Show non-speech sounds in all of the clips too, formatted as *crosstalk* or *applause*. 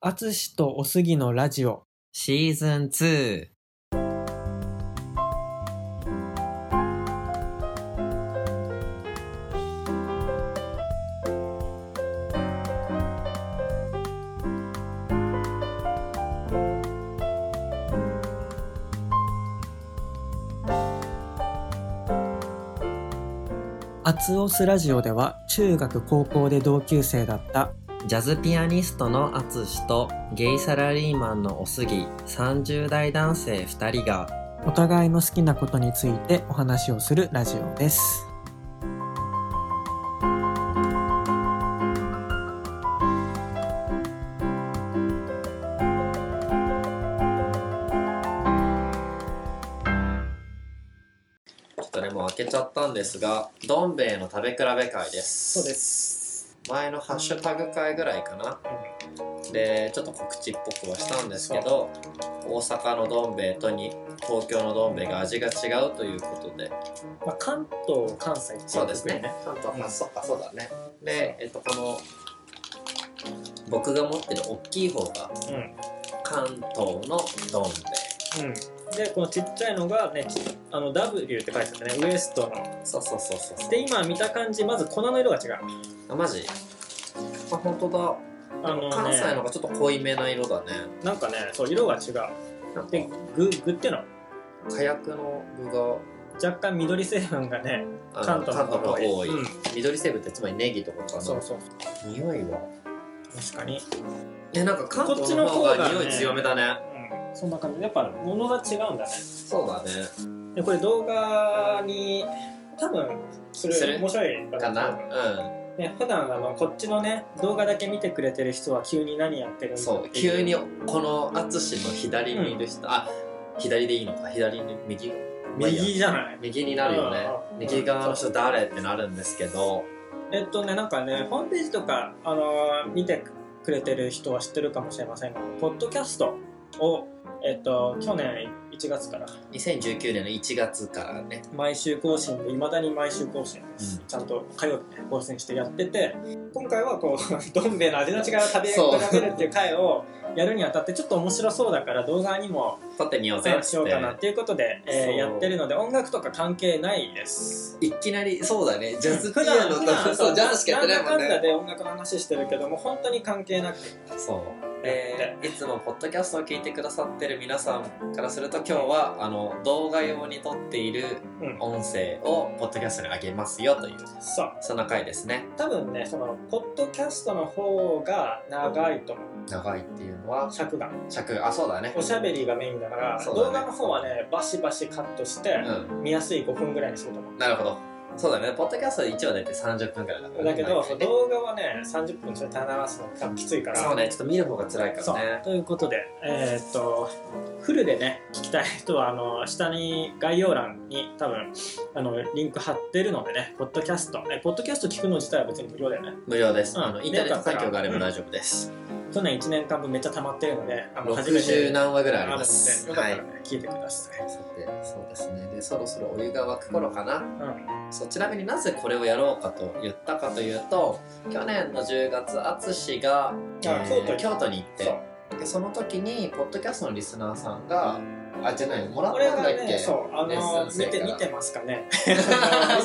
あつしとおすぎのラジオ。シーズン2。あつおすラジオでは、中学高校で同級生だった、ジャズピアニストのアツシとゲイサラリーマンのおすぎ30代男性2人がお互いの好きなことについてお話をするラジオです。ちょっとねもう開けちゃったんですがどん兵衛の食べ比べ会ですす。前のハッシュタグ会ぐらいかな、でちょっと告知っぽくはしたんですけど大阪のどん兵衛とに東京のどん兵衛が味が違うということでまあ、関東、関西っていうそうですね。関東、うんあ、そっか、そうだね。で、えっと、この、僕が持ってる大きい方が、関東のどんう兵ん。で、このちっちゃいのがね、ちあの W って書いてあったね、ウエストの。衛。そうそうそうそう。で、今見た感じ、まず粉の色が違う。あ、マジあ、本当だ。あのね関西のがちょっと濃いめな色だね。なんかね、そう、色が違う。なんでか、、具、具っていうの火薬の具が、若干緑成分がね、あの関東の方が関多い東が多い。うん緑成分ってつまりネギとかかな。そうそう。匂いは。確かに。え、なんか関こっち東のの方方がねが匂い強めだね。うんそんな感じやっぱ物が違うんだねそうだね。でこれ動画に多分するする面白いかな。ねうん。普段あのこっちのね動画だけ見てくれてる人は急に何やってるんだっていそう急にこの淳の左にいる人、あ左でいいのか左に右まあいいや右じゃない右になるよねうん右側の人誰ってなるんですけどえっとねなんかねホームページとか、あのー見てくれてる人は知ってるかもしれませんがポッドキャストをえっと去年1月から2019年の1月からね毎週更新でいまだに毎週更新です、うちゃんと火曜日ね更新してやってて今回はこう *laughs* どん兵衛の味の違いを食べそう比べるっていう回をやるにあたってちょっと面白そうだから動画にも撮ってみようぜ参加っしようかなってていうことで、そえーうやってるので音楽とか関係ないですいきなりそうだねジャズピ普ア段ノ普と段そうジャンしかやってないもんなんだかんだねで音楽の話してるけども本当に関係なくそうでいつもポッドキャストを聞いてくださってる皆さんからすると今日はあの動画用に撮っているうん音声をポッドキャストに上げますよというそうそんな回ですね多分ねそのポッドキャストの方が長いと思う長いっていうのは尺が尺あそうだねおしゃべりがメインだからそうだね動画の方はねバシバシカットして、う見やすい5分ぐらいにすると思んなるほどそうだねポッドキャスト一応だって30分ぐらいだからうねだけど、毎回ね動画はね30分それ棚らすのがきついからそうねちょっと見る方が辛いからそうねということでえーっとフルでね聞きたい人はあの下に概要欄に多分あのリンク貼ってるのでねポッドキャストえポッドキャスト聞くの自体は別に無料だよね無料です、うんあのインターネット環境があれば大丈夫です、去年1年間分めっちゃ溜まってるのであの初めて60何話ぐらいあありるのまですよかったらね、聞いてくださいさてそうですねでそろそろお湯が沸く頃かな、うそうちなみになぜこれをやろうかと言ったかというと去年の10月淳が、えー京都に京都に行っそてうそでその時にポッドキャストのリスナーさんがあじゃないもらっこれたがんだっけ、ね、そう、あレッの、スン見て、生から見てますかね。そ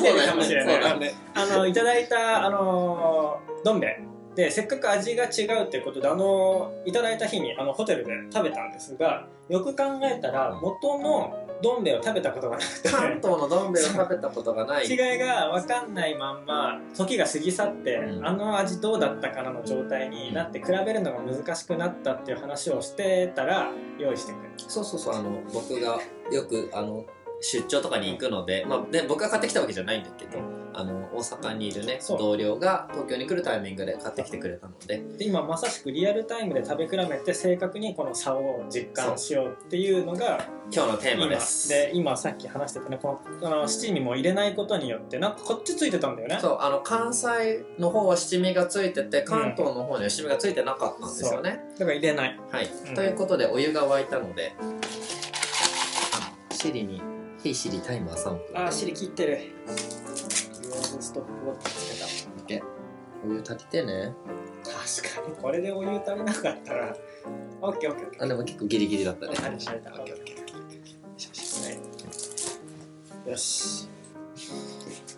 う見てるかもしれないそうだねあのいただいたあのどん兵衛でせっかく味が違うっていうことであのいただいた日にあのホテルで食べたんですがよく考えたら元のどん兵衛を食べたことがなく関東のどん兵衛を食べたことがないて違いが分かんないまんま時が過ぎ去って、うんあの味どうだったかなの状態になって比べるのが難しくなったっていう話をしてたら用意してくれたそうそうそうあの僕がよくあの出張とかに行くので,、まあ、で僕が買ってきたわけじゃないんだけどあの大阪にいるねそう同僚が東京に来るタイミングで買ってきてくれたのでで今まさしくリアルタイムで食べ比べて正確にこの差を実感しようっていうのが今日のテーマ今ですで今さっき話してたねこのあの七味も入れないことによってなんかこっちついてたんだよねそうあの関西の方は七味がついてて関東の方には七味がついてなかったんですよね、だから入れないはい、うんということでお湯が沸いたのであシリに「非シリタイマー3分」あー尻切ってるストップウォッチつけたオッケーお湯炊いてねは確かにこれでお湯足りなかったら OKOK あでも結構ギリギリだったねあれしないとオッケーオッケーはいよし、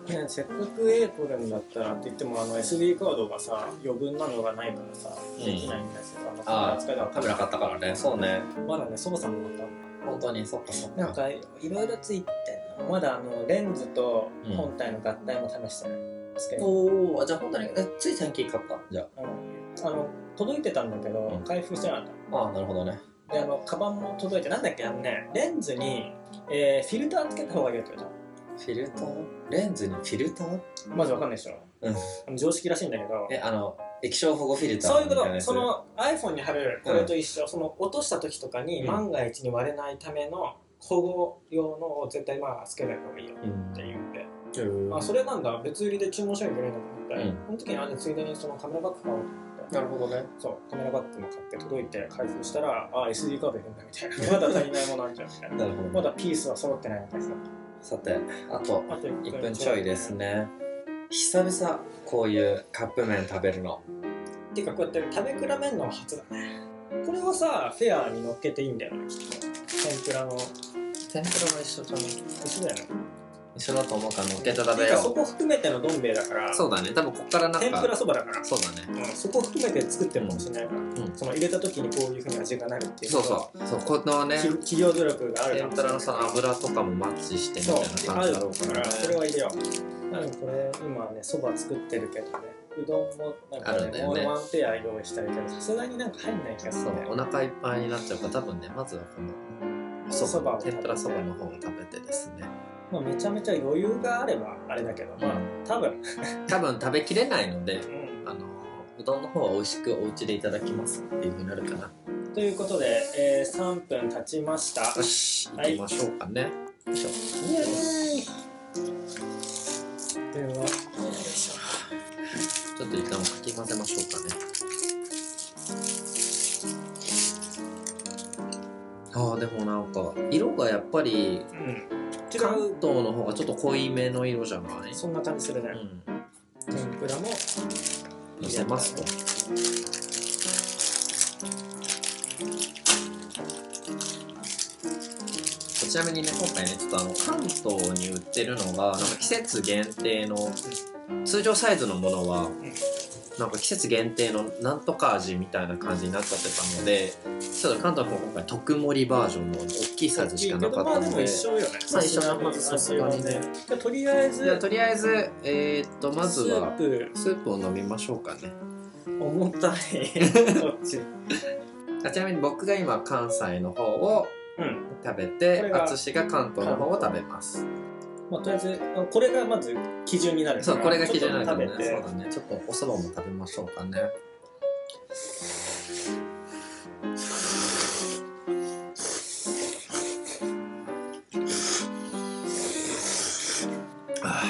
ね、せっかくエイプルンだったらって言ってもあの SD カードがさ余分なのがないからさうんできないんだけど、あのあー扱いだ食べなかったからねそうねまだね操作もまた本当にそっかそっなんかいろいろついてんのまだあのレンズと本体の合体も試してない、つけおおじゃあ本当にえつい最近買ったじゃああの届いてたんだけど、うん開封してなかったああなるほどねであのカバンも届いてなんだっけあのねレンズに、えーフィルターつけた方がいいよって言わフィルターレンズにフィルターれたまずわかんないでしょ、うんあの常識らしいんだけどえあの液晶保護フィルターそういうこみたなとやつその iPhone に貼るこれと一緒、その落とした時とかにうん万が一に割れないための保護用のを絶対まあつけない方がいいようって言って、んあそれなんだ別売りで注文しなきゃいけないんだと思って、うその時にあじゃあついでにそのカメラバッグ買おうとなるほどねそうカメラバッグも買って届いて開封したらあ SD カードいるんだみた *laughs* いなまだ足りないものあるじゃんみたいななるほどまだピースは揃ってないみたいなさてあとあと1分ちょいですね久々こういうカップ麺食べるのっていうかこうやって食べ比べるのは初だねこれはさフェアに乗っけていいんだよねきっと天ぷらの天ぷらも一緒かな一緒だよね一緒だと思うから乗っけて食ていべうかそよこ含めてのどん兵衛だからうそうだね多分こっからなんか天ぷらそばだからそうだねうん、そこ含めて作ってるかもしれないから、んその入れた時にこういうふうに味がなるっていうそうそうそうこのねき企業努力がある天かもしぷれならいのその油とかもマッチしてみそうたいな合感うじだろうかかららそれは入れようなんかこれ今ねそば作ってるけどねうどんもなんあかるんねだよもねうワンペア用意したりとかさすがになんか入んない気がすそるうねお腹いっぱいになっちゃうから多分ねまずはこのそばを食べて天ぷらそばの方を食べてですねまあ、めちゃめちゃ余裕があればあれだけど、まあ多分、多分食べきれないのであのうどんの方は美味しくお家でいただきますっていうふうになるかなということで、えー3分経ちましたよしは行いきましょうかね、よいしょではよいしちょっと一旦かき混ぜましょうかねあーでもなんか色がやっぱりょうん関違う東の方がちょっと濃いめの色じゃないそんな感じするね、う天ぷらもんのせますとちなみにね今回ねちょっとあの関東に売ってるのがなんか季節限定の通常サイズのものはなんか季節限定のなんとか味みたいな感じになっちゃってたのでちょっと関東の方今回特盛りバージョンの大きいサイズしかなかったまあでのもで一緒よねまあ一緒だまずさすがにねじゃあとりあえずじゃあとりあえずえーっとまずはスープスープを飲みましょうかね重たいこっちあちなみに僕が今関西の方をうん、食べこれてが淳が関東の方を食べますまあ、とりあえずこれがまず基準になるからそうこれが基準なんだねちょっとそう食だねちょっとお蕎麦も食べましょうかねあ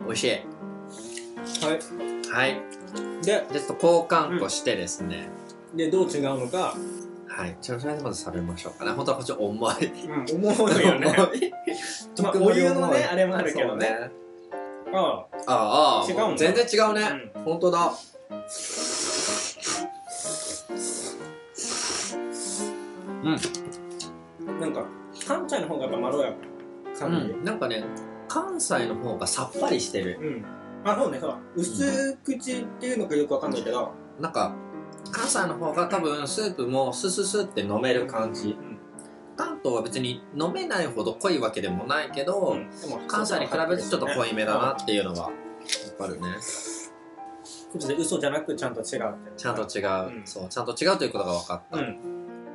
ー美味しいべてはいはいででちょっと交換としてですね、でどう違うのか、はいちょっとりあえずまず食べましょうかね本当はこっち重いうん、思うよね *laughs* まあ、お湯のねあれもあるけどねああああ違うんだ全然違うね、本当だうん、なんか関西の方がやっぱまろやかかなりなんかね関西の方がさっぱりしてるうんあそうねそう薄口っていうのかよくわかんないけど、なんか関西の方が多分スープもスススって飲める感じん関東は別に飲めないほど濃いわけでもないけど、でも関西に比べてちょっと濃いめだなうんっていうのはわかるねちょっと嘘じゃなくちゃんと違うってちゃんと違う、うんそうちゃんと違うということが分かった、うん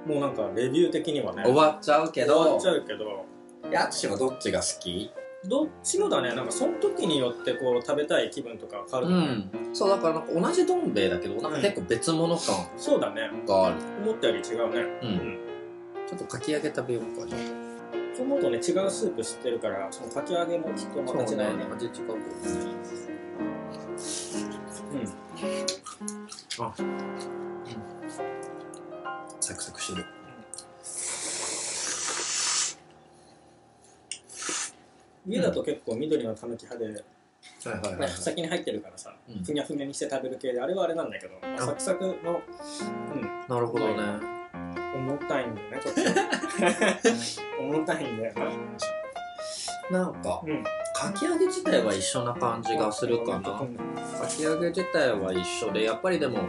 もうなんかレビュー的にはね終わっちゃうけ終わどっちゃうけどやつしはどっちが好きどっちもだねなんかその時によってこう食べたい気分とか変わうる、んそうだからなんか同じどん兵衛だけどなんか結構別物感そうだねがある思ったより違うねうん、ちょっとかき揚げ食べようかじゃあそう思うとね違うスープ知ってるからそのかき揚げもきっとまた違うね味違うもんねうんサクサクしてる家だと結構緑のたぬき派で、はいはいまあはい。先に入ってるからさうんふにゃふにゃにして食べる系であれはあれなんだけど、まあサクサクの、なるほどね。うん、重たいんだよねこっち重たいんだよななんか、うんかき揚げ自体は一緒な感じがするかな。かき揚げ自体は一緒で、やっぱりでも、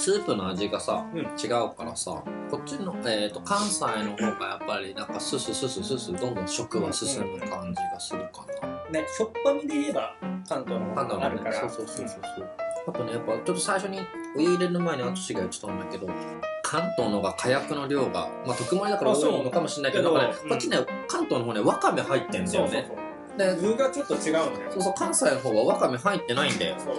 スープの味がさ、うん違うからさ、こっちの、えー、と関西の方がやっぱり、なんかスススススス、どんどん食は進む感じがするかな。ねしょっぱみで言えば関東の方パンダがあるのかね、らそうそうそうそうそう。あとね、やっぱちょっと最初にお湯入れる前に淳が言ってたんだけど、関東の方が火薬の量が、まあ特盛りだからあそう多いのかもしれないけど、けどなんかねうんこっちね、関東の方ね、わかめ入ってんだそようそうね。そうで具がちょっと違うんだよそうそう、関西の方はわかめ入ってないんだよ。そう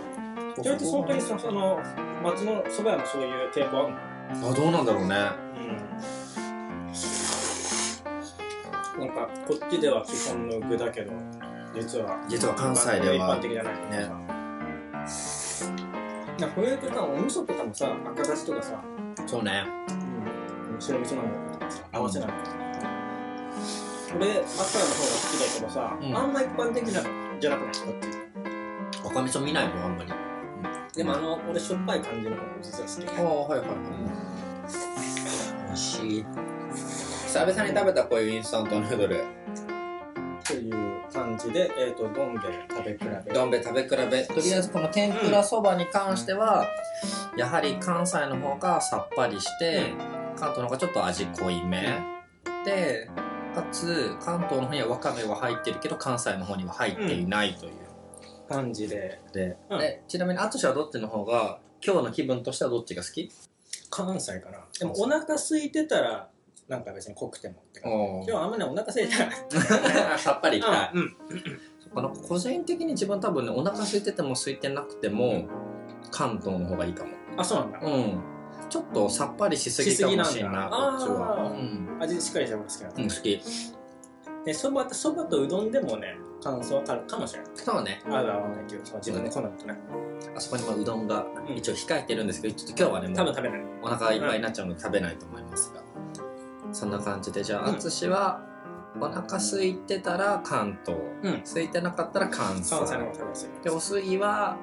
そうちそょうっと本当にそその町のそば屋もそういう傾向あるのあ、どうなんだろうね。なんかこっちでは基本の具だけど実は実は関西でまあは一般。的じゃないねなんかこういうとさお味噌とかもさ赤だしとかさ、そうね。うん、白味噌なんだけど合わせなんだけど俺赤の方が好きだけどさ、うんあんま一般的じゃじゃなくないこっち赤味噌見ないもん、あんまり。でもあの俺しょっぱい感じの方が実は好きああ、はいはいはい。美味しい。久々に食べたこういうインスタントヌードル。という感じで、えー、とどん兵衛食べ比べどん兵衛食べ比べとりあえずこの天ぷらそばに関しては、やはり関西の方がさっぱりして、関東の方がちょっと味濃いめ、でかつ関東の方にはわかめは入ってるけど関西の方には入っていないという、感じでで,、うんでちなみに淳はどっちの方が今日の気分としてはどっちが好き関西かなでもお腹空いてたらなんか別に濃くてもって感じお今日あんまねお腹空いてない *laughs* さっぱりいきたい、うんこの個人的に自分多分ねお腹空いてても空いてなくても関東の方がいいかもあそうなんだうん。ちょっとさっぱりしすぎかもしれない、しすぎなんだこっちは。あうん。味しっかりした方が好きなうん、ん好だき。でそばそばとうどんでもね感想はあるかもしれないそうね、合う合わないけどその自分の好みとねあそこにもうどんがうん一応控えてるんですけど、ちょっと今日はね、多も分う食べないお腹いっぱいになっちゃうので食べないと思いますが。そんな感じで、じゃあ、うん淳は、お腹空いてたら関東、うん空いてなかったら関西。関西の方が食べやすいで、お杉は、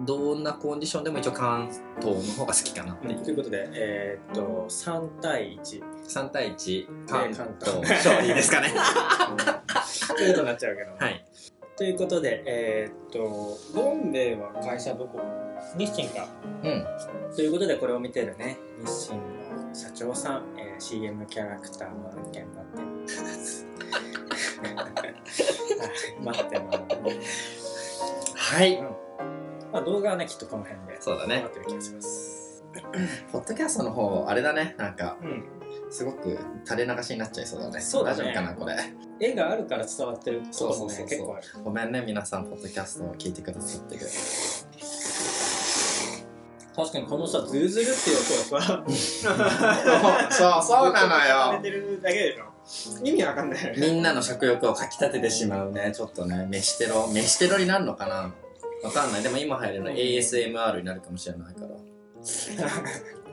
どんなコンディションでも一応関東の方が好きかなっていう。うんということでえーっと3対1 3対1、関関東東勝利ですかね。 *laughs* ということになっちゃうけどはい。ということでえーっとどん兵衛は会社どこ日清かうん。ということでこれを見てるね日清の社長さん、えー CM キャラクターの案件になって *laughs* ます。はい待ってます。はい。まあ動画はねきっとこの辺でそうだね終わってる気がします。ポッドキャストの方、あれだね、なんか、うん、すごく垂れ流しになっちゃいそうだね。そうだね大丈夫かな、これ。絵があるから伝わってることもねそうそうそうそう結構ある。ごめんね、皆さん、ポッドキャストを聞いてくださって *laughs* る。確かにこのさズルズルっていう音はさそう、そうなずっと重 *laughs* ねのよ。てるだけでしょ。意味わかんないよね。 *laughs* みんなの食欲をかきたててしまうね、ちょっとね、飯テロ、飯テロになるのかなわかんない。でも今入るの ASMR になるかもしれないから。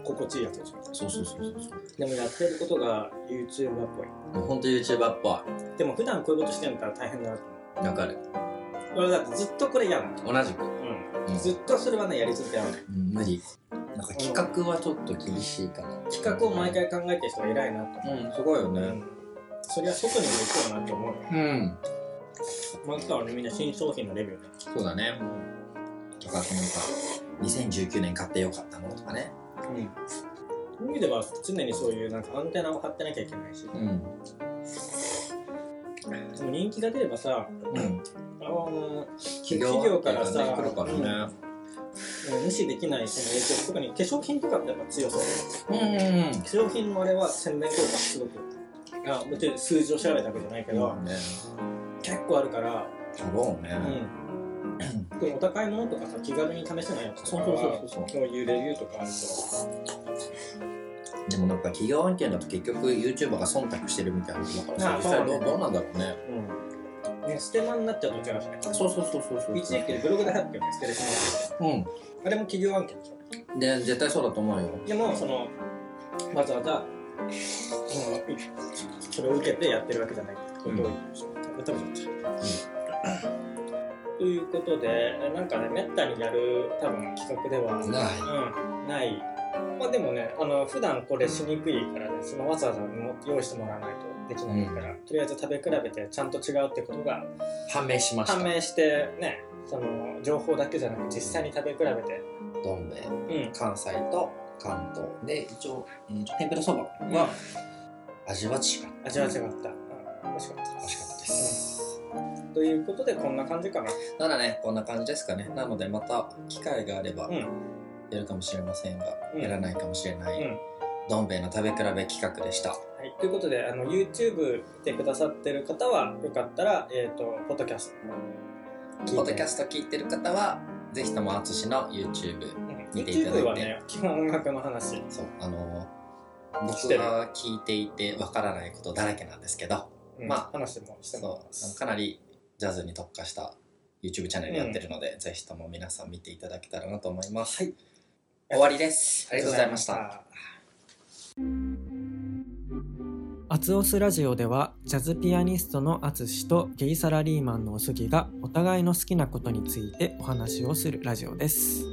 心地いいやつでしょ。そうそうそうそうそでもやってることが YouTuber っぽい。う。もうほんと YouTuber っぽでも普段こういうことしてるんだったら大変だなと思う。い。わかる。俺だってずっとこれやんの。同じく。うん、ずっとそれはねやり続けられないうん無理。なんか企画はちょっと厳しいかな。企画を毎。回考えてる人は偉いなと思うん、すごいよう、ね。そりゃ外にも行くよなって思うようん。まずはねみんな新商品のレビューねそうだね。とか、そのなんか、2019年買ってよかったものとかね。うん海では常にそういうなんかアンテナを張ってなきゃいけないし、ん。でも人気が出ればさ、うん。あのー企業からさ、来るからね。うん無視できないその影響特に化粧品とかってやっぱ強そううん。化粧品のあれは宣伝効果すごくあもちろん数字を調べたわけじゃないけど、ね。結構あるからだろうね。うん、でもお高いものとかさ気軽に試せないやつとかそうそうそうそうそういうレビューとかあるでもなんか、企業案件だと結局 YouTuber が忖度してるみたいなことだからさ、あ実際どそううねどうなんだろうね。と、うんね、ステマになっちゃうと違うしねそうそうそうそうそう。一時期ブログで流行ってるステレスマうあれも企業案件でしょん。で、絶対そうだと思うよ。でもそのわざわざそのいそれを受けてやってるわけじゃないってことを言うでしょ、食べたくなっちゃうということでえなんかねめったにやる多分企画では、ないうん、ないまあでもねあの普段これしにくいからねそのわざわざも用意してもらわないとできないから、とりあえず食べ比べてちゃんと違うってことが判明しました判明してねその情報だけじゃなく実際に食べ比べてどん兵衛うん関西と関東で一応、えーと天ぷらそばは味は違う味は違った、うん、美味しかった美味しかったです、ということでこんな感じかなならねこんな感じですかねなのでまた機会があればうんやるかもしれませんが、うんやらないかもしれない、うんどん兵衛の食べ比べ企画でしたはい、ということであの YouTube 見てくださってる方はよかったら、えー、とポッドキャストポッドキャススト聞いてる方はぜひとも淳の YouTube 見ていただ YouTube いてはね基本音楽の話そうあのーし僕てるが聞いていてわからないことだらけなんですけどうんまあ話もしてまそうあのすかなりジャズに特化した YouTube チャンネルやってるので、ぜひとも皆さん見ていただけたらなと思います、はい終わりですありがとうございましたアツオスラジオではジャズピアニストのアツシとゲイサラリーマンのおすぎがお互いの好きなことについてお話をするラジオです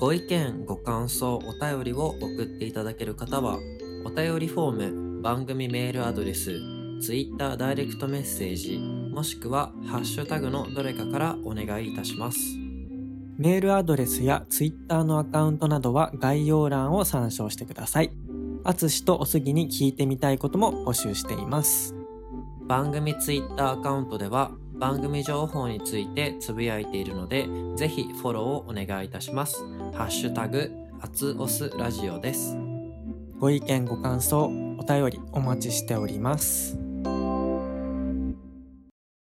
ご意見、ご感想、お便りを送っていただける方は、お便りフォーム、番組メールアドレス、Twitter ダイレクトメッセージ、もしくは、ハッシュタグのどれかからお願いいたします。メールアドレスやツイッターのアカウントなどは概要欄を参照してください。あつしとおすぎに聞いてみたいことも募集しています。番組 Twitter アカウントでは、番組情報についてつぶやいているので、ぜひフォローをお願いいたします。ハッシュタグ、アツオスラジオです。ご意見ご感想、お便りお待ちしております。